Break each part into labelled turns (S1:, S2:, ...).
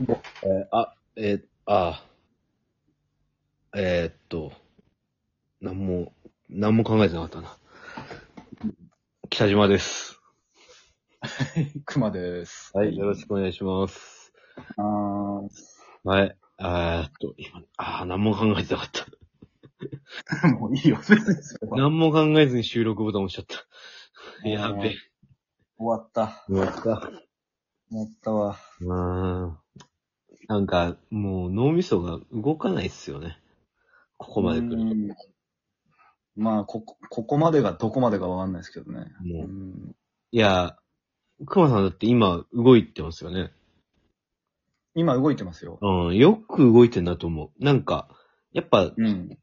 S1: えーあ、えーあー、えーっと、なんも、なんも考えてなかったな。北島です。
S2: 熊です。
S1: はい、よろしくお願いします。
S2: あー
S1: はい、あーっと、今、あー、なんも考えてなかった。
S2: もういいよ、別にそれは。
S1: なんも考えずに収録ボタン押しちゃった。
S2: あ
S1: や
S2: ー
S1: べえ。
S2: 終わった。
S1: 終わった。
S2: 終わったわ。
S1: まあ、なんか、もう脳みそが動かないっすよね。ここ
S2: こ
S1: まで来ると。も
S2: まあ、ここ、ここまでがどこまでかわかんないですけどね。
S1: う
S2: う、ん
S1: いや、熊さんだって今動いてますよね。
S2: 今動いてますよ。
S1: うん、よく動いてんだと思う。なんか、やっぱ
S2: うん。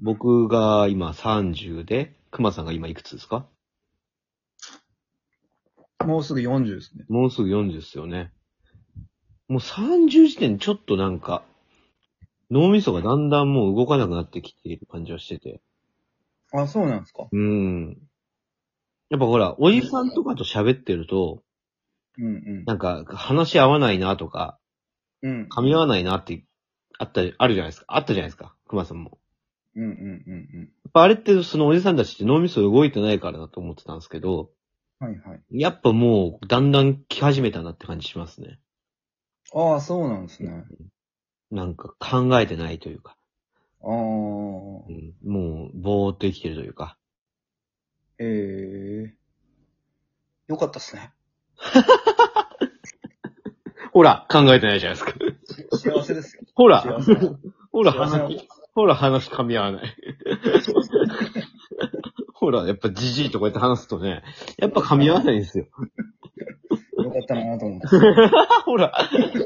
S1: 僕が今30で、熊さんが今いくつですか
S2: もうすぐ40ですね。
S1: もうすぐ40ですよね。もう30時点ちょっとなんか、脳みそがだんだんもう動かなくなってきている感じはしてて。
S2: あ、そうなんですか
S1: うん。やっぱほら、おじさんとかと喋ってると、
S2: うん
S1: なんか話し合わないなとか、
S2: うん。うん。
S1: 噛み合わないなって、あったり、あるじゃないですか。あったじゃないですか。熊さんも。
S2: うんうんうん
S1: やっぱあれってそのおじさんたちって脳みそ動いてないからだと思ってたんですけど、
S2: うん。はいはい。
S1: やっぱもうだんだん来始めたなって感じしますね。
S2: ああ、そうなんですね。
S1: なんか考えてないというか、
S2: ああ、
S1: うん、もうぼーっと生きてるというか。
S2: ええー。よかったっすね。
S1: ほら考えてないじゃないですか。
S2: 幸せですよ。
S1: ほら
S2: 幸せ。
S1: ほら
S2: 幸せ
S1: 話、ほら話噛み合わ ない。ほら、やっぱじじいとこうやって話すとね、やっぱ噛み合わないんですよ。
S2: よかったなと思って。
S1: あ、 ほら、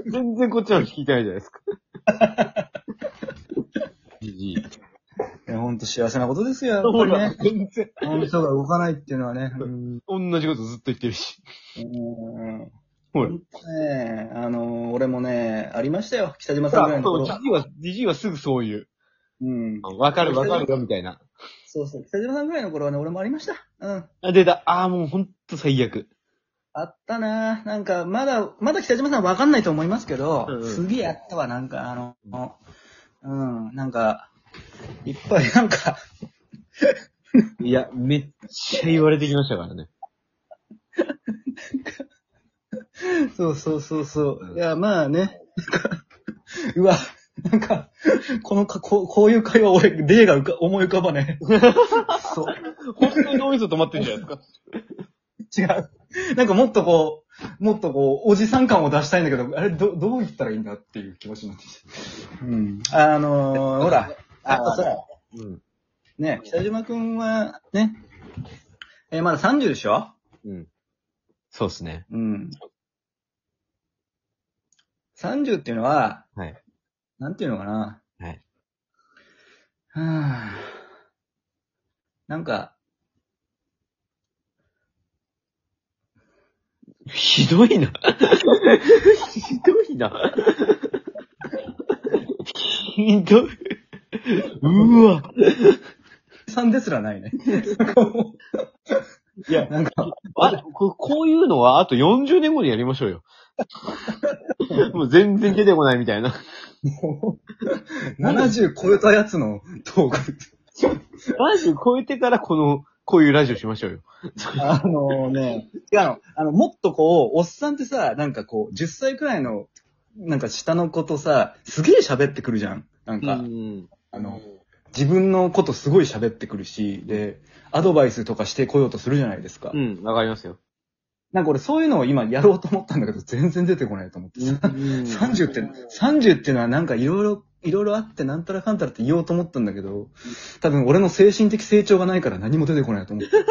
S1: 全然こっちは聞いてないじゃないです か。じじい。
S2: いや、ほんと幸せなことですよ、やっ
S1: ほ
S2: ぱ
S1: ら、
S2: りね。
S1: 全然。
S2: 脳みそが動かないっていうのはね。うん。
S1: 同じことずっと言ってるし。
S2: うん
S1: ほら。
S2: ねえ、あの、俺もね、ありましたよ。北島さんぐらいの
S1: そう、
S2: 頃
S1: じ。じいは、じじいはすぐそういう。
S2: うん。
S1: わかるわかるよ、みたいな。
S2: そうそう。北島さんぐらいの頃はね、俺もありました。うん。
S1: あ、出た。ああ、もうほんと最悪。
S2: あったななんか、まだ、まだ北島さんわかんないと思いますけど、
S1: うんうん
S2: すげえあったわ、なんか、あの、うん、なんか、いっぱいなんか、
S1: いや、めっちゃ言われてきましたからね。
S2: そうそうそうそう。いや、まあね。なんかうわ、なんか、このか、こう、こういう会話俺、例が浮か思い浮かばねえ。そう。
S1: 本当に脳みそ止まってるじゃないですか。
S2: 違う。なんかもっとこう、もっとこう、おじさん感を出したいんだけど、あれ、ど、どう言ったらいいんだっていう気持ちになってきた。うん。あ のー、ほら、あとさ、
S1: うん。
S2: ね、北島くんは、ね、えーまだ30でしょ
S1: うん。そうですね。
S2: うん。30っていうのは、
S1: はい。
S2: なんていうのかな。
S1: はい。
S2: はぁ。なんか、
S1: ひどいな。ひどいな。ひどい。うわ。
S2: 3ですら ないね。
S1: いや、
S2: なんか、
S1: あ、ここういうのはあと40年後にやりましょうよ。もう全然出てこないみたいな。
S2: 70超えたやつのトーク。
S1: 70超えてからこの、こういうラジオしましょうよ。
S2: あのね、いや、あの、あの、もっとこう、おっさんってさ、なんかこう、10歳くらいの、なんか下の子とさ、すげえ喋ってくるじゃん。なんか、
S1: ん。
S2: あの、自分のことすごい喋ってくるし、で、アドバイスとかしてこようとするじゃないですか。
S1: うん、わかりますよ。
S2: なんか俺そういうのを今やろうと思ったんだけど、全然出てこないと思ってさ。30って、30ってのはなんかいろいろ、いろいろあってなんたらかんたらって言おうと思ったんだけど、多分俺の精神的成長がないから何も出てこないと思って。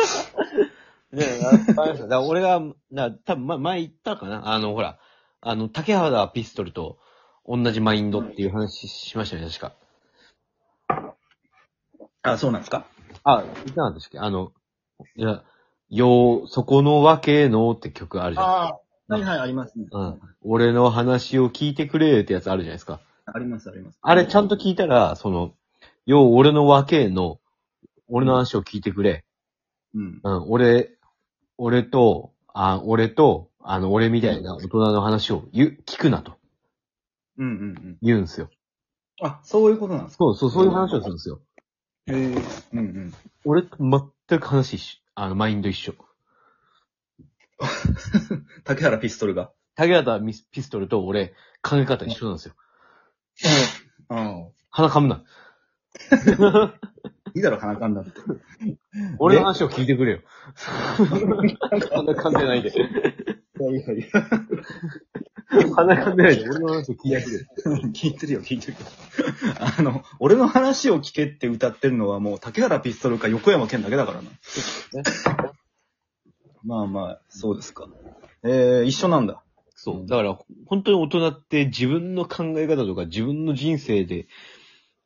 S1: ねわかりますよ。だから俺が、な多分ま前言ったかな。あの、ほら、あの、竹原ピストルと同じマインドっていう話しましたよね、確か。
S2: あ、そうなんですか
S1: あ、言ってなかったでしたっけあの、いや、よう、そこのわけのって曲あるじゃん。
S2: ああ、はいはい、ありますね。
S1: うん。俺の話を聞いてくれってやつあるじゃないですか。
S2: あります、あります。
S1: あれちゃんと聞いたら、その、よう、俺の和系の、俺の話を聞いてくれ。
S2: うん。
S1: うん、俺、俺と、あ、俺と、あの、俺みたいな大人の話を言う、聞くなと。
S2: うんうんうん。
S1: 言うんですよ。
S2: あ、そういうことなんですか
S1: そうそう、そういう話をするんですよ。
S2: へえ。うんうん。
S1: 俺と全く話一緒。あの、マインド一緒。
S2: 竹原ピストルが。
S1: 竹畑ミスピストルと俺、考え方一緒なんですよ。
S2: うん。
S1: 鼻噛むな。
S2: いいだろ、鼻かんだ って。
S1: 俺の話を聞いてくれよ。鼻噛んで ないで。
S2: いやいやいや。
S1: 鼻噛んでないで。俺の話を聞い
S2: いや
S1: てくれよ。
S2: 聞いてるよ、聞いてるよ。あの、俺の話を聞けって歌ってるのはもう竹原ピストルか横山健だけだからな。まあまあ、そうですか。えー、一緒なんだ。
S1: そう。だから、本当に大人って自分の考え方とか自分の人生で、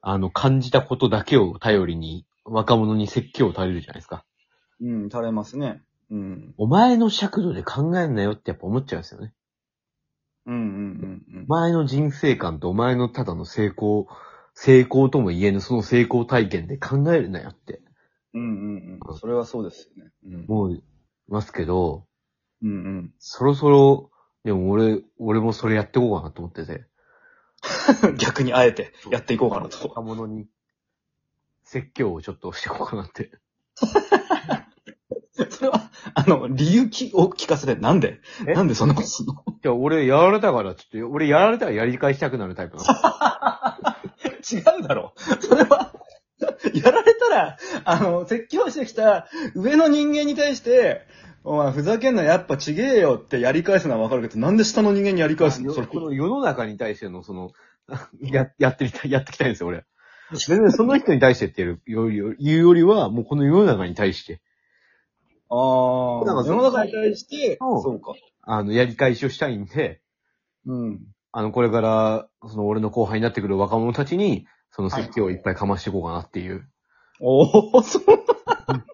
S1: あの、感じたことだけを頼りに、若者に説教を垂れるじゃないですか。
S2: うん、垂れますね。うん。
S1: お前の尺度で考えんなよってやっぱ思っちゃうんですよね。
S2: うんうんうんうん。
S1: お前の人生観とお前のただの成功、成功とも言えぬその成功体験で考えるなよって
S2: うんうんうん。それはそうですよね。うん。
S1: 思いますけど、
S2: うんうん。
S1: そろそろ、でも俺、俺もそれやっていこうかなと思ってて。
S2: 逆にあえてやっていこうかなと。
S1: 若者に説教をちょっとしていこうかなって。
S2: それは、あの、理由きを聞かせて、なんで
S1: え
S2: なんでそんなことすんの
S1: いや、俺やられたから、ちょっと、俺やられたらやり返したくなるタイプ なの。
S2: 違うだろ。それは、やられたら、あの、説教してきた上の人間に対して、お前ふざけんなやっぱちげえよってやり返すのはわかるけど、なんで下の人間にやり返 すのそれ
S1: この世の中に対しての、その、 や、やってみたい、 やってきたいんですよ、俺。全然その人に対してっていうより、言うよりは、もうこの世の中に対して、
S2: あ
S1: だから
S2: 世の中に対して、
S1: うん
S2: そうか。
S1: あの、やり返しをしたいんで、
S2: うん。
S1: あの、これから、その、俺の後輩になってくる若者たちに、その説教をいっぱいかましていこうかなっていう。
S2: おお、そう。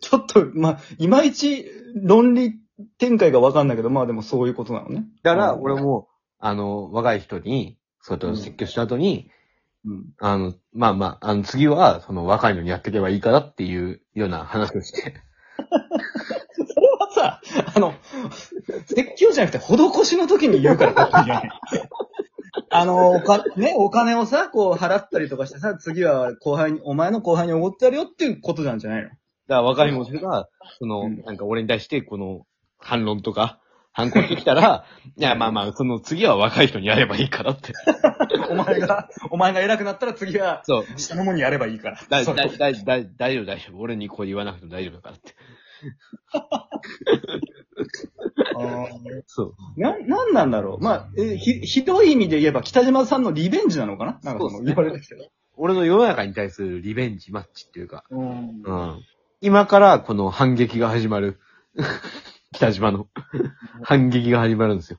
S2: ちょっと、まあ、いまいち論理展開がわかんないけど、まあでもそういうことなのね。
S1: だから、
S2: うん
S1: 俺も、あの、若い人に、そうやって説教した後に、
S2: うん。
S1: あの、まあまあ、あの、次は、その、若いのにやっていけばいいからっていうような話をして、
S2: それはさ、あの、説教じゃなくて、施しの時に言うからかっこいいじゃない。 あの、おか、ね、お金をさ、こう払ったりとかしてさ、次は後輩に、お前の後輩におごってやるよっていうことなんじゃないの
S1: だから若い者が、その、
S2: うん
S1: なんか俺に対して、この、反論とか、反抗してきた ら、いや、まあまあ、その次は若い人にやればいいからって。
S2: お前が、お前が偉くなったら次は、
S1: そう。
S2: 下のもにやればいいから。
S1: だ、
S2: そ
S1: だ、
S2: れ
S1: だ、だ、大丈夫、大丈夫。俺にこう言わなくても大丈夫だからって。
S2: あー
S1: そう。
S2: な、なんなんだろう。まあ、えーひ、ひどい意味で言えば北島さんのリベンジなのかななんかそ
S1: そう
S2: の
S1: っすね
S2: 言われてきたけど。
S1: 俺の世の中に対するリベンジマッチっていうか、
S2: うん
S1: う。ん。今からこの反撃が始まる。 北島 の反撃が始まるんですよ。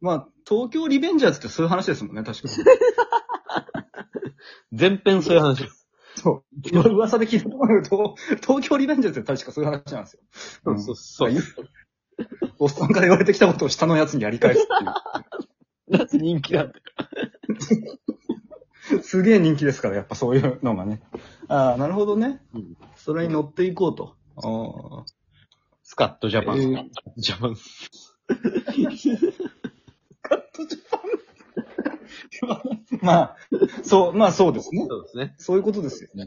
S2: まあ、東京リベンジャーズってそういう話ですもんね、確かに。
S1: 全編そういう話です。
S2: そう。噂で聞いたところだと、東京リベンジャーズって確かそういう話なんですよ。ん
S1: そう そう。
S2: おっさんから言われてきたことを下のやつにやり返す っ
S1: だって人気だって。
S2: ていう。すげえ人気ですから、やっぱそういうのがね。ああ、なるほどね
S1: うん。
S2: それに乗っていこうと。ああ。
S1: スカットジャパン。
S2: えー
S1: スカットジャパン。
S2: まあ、そう、まあそうですね。
S1: そうですね。
S2: そういうことですよね。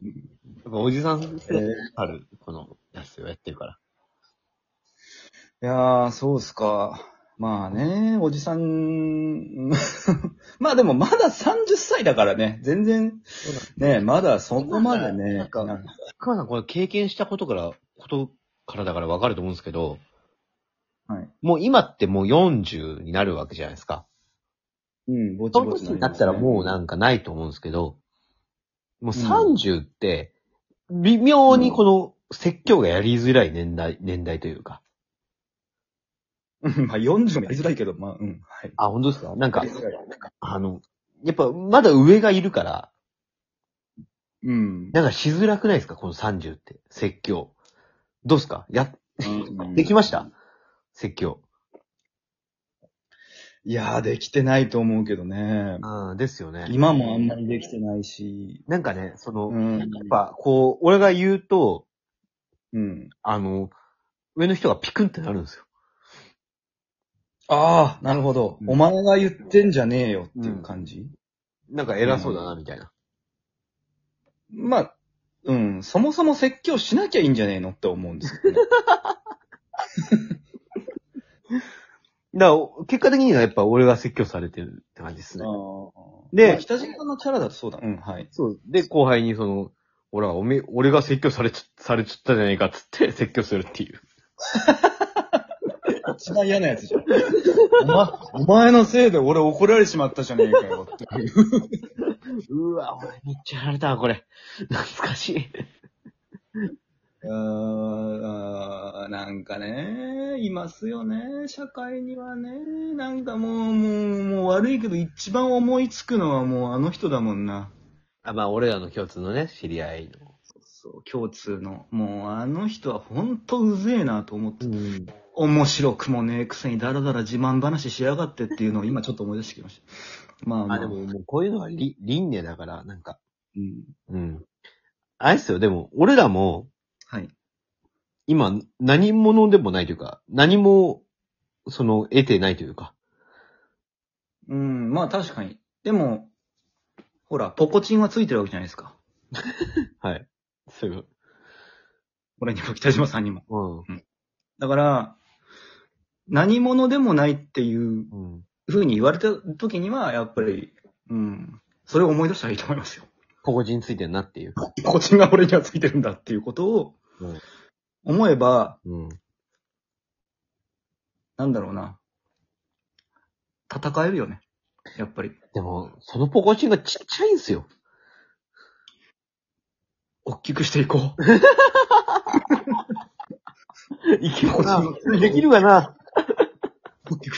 S1: やっぱおじさん
S2: えー
S1: ある、この、やつをやってるから。
S2: いやー、そうっすか。まあね、おじさん、うん まあでもまだ30歳だからね、全然、ね、まだそこまでね、
S1: なんか
S2: なんか
S1: 熊さん、これ経験したことから、ことからだからわかると思うんですけど、
S2: はい。
S1: もう今ってもう40になるわけじゃないですか。
S2: うん、ぼち
S1: その
S2: ぼち
S1: 時に
S2: りま
S1: なっ
S2: す
S1: た
S2: ね
S1: らもうなんかないと思うんですけど、もう
S2: うん
S1: 30って、微妙にこの説教がやりづらい年代、年代というか。
S2: うんまあ40もやりづらいけど、まあ、うん、はい。
S1: あ、本当ですかなんか
S2: やり、づらい
S1: あの、やっぱまだ上がいるから、
S2: うん。
S1: なんかしづらくないですかこの30って、説教。どうですかや、
S2: うん
S1: できました説教。
S2: いやー、できてないと思うけどね。
S1: うん、ですよね。
S2: 今もあんまりできてないし。
S1: なんかね、その、
S2: う
S1: やっ
S2: ん。
S1: ぱ、こう、俺が言うと、
S2: うん。
S1: あの、上の人がピクンってなるんですよ。
S2: ああ、なるほど、
S1: うん
S2: お前が言ってんじゃねえよっていう感じ、
S1: なんか偉そうだな、みたいな。
S2: まあ、うん、そもそも説教しなきゃいいんじゃねえのって思うんですよ ね。
S1: だからお、結果的にはやっぱ俺が説教されてるって感じですね。で
S2: で、まあ、北島のキャラだとそうだ。うん、はい。
S1: そう。で、後輩にその、ほら、おめ、俺が説教されちゃ、されちゃったじゃないかっつって 説教するっていう。
S2: 一番嫌なやつじゃん。お前、お前のせいで俺怒られしまったじゃねえかよって。
S1: うわ、俺めっちゃやられたわ、これ。懐かしい。
S2: うーん、なんかね、いますよね、社会にはね。なんかもう、もう、もう悪いけど、一番思いつくのはもうあの人だもんな。
S1: あ、まあ、俺らの共通のね、知り合いの。
S2: そう、共通の。もうあの人はほんとうぜえなと思って。
S1: ん。
S2: 面白くもねえくせにだらだら自慢話しやがってっていうのを今ちょっと思い出してきました。まあまあ。
S1: あ、でも、もうこういうのはり、輪廻だから、なんか。
S2: うん。
S1: うん。あれですよ、でも、俺らも、
S2: はい。
S1: 今、何者でもないというか、何も、その、得てないというか。
S2: うん、まあ確かに。でも、ほら、ポコチンはついてるわけじゃないですか。
S1: はい。すぐ。
S2: 俺にも北島さんにも。
S1: うん。
S2: だから、何者でもないっていう
S1: うん。
S2: 風に言われた時には、やっぱり、うん、それを思い出したらいいと思い ますよ。
S1: 心地についてんなっていう。
S2: ポコチンが俺にはついてるんだっていうことを
S1: うん、
S2: 思えば、
S1: うん。
S2: なんだろうな。戦えるよね。やっぱり。
S1: でも、そのポコチンがちっちゃいんすよ。
S2: 大きくしていこ う。
S1: 生き
S2: るかな
S1: できるかな
S2: 大きくして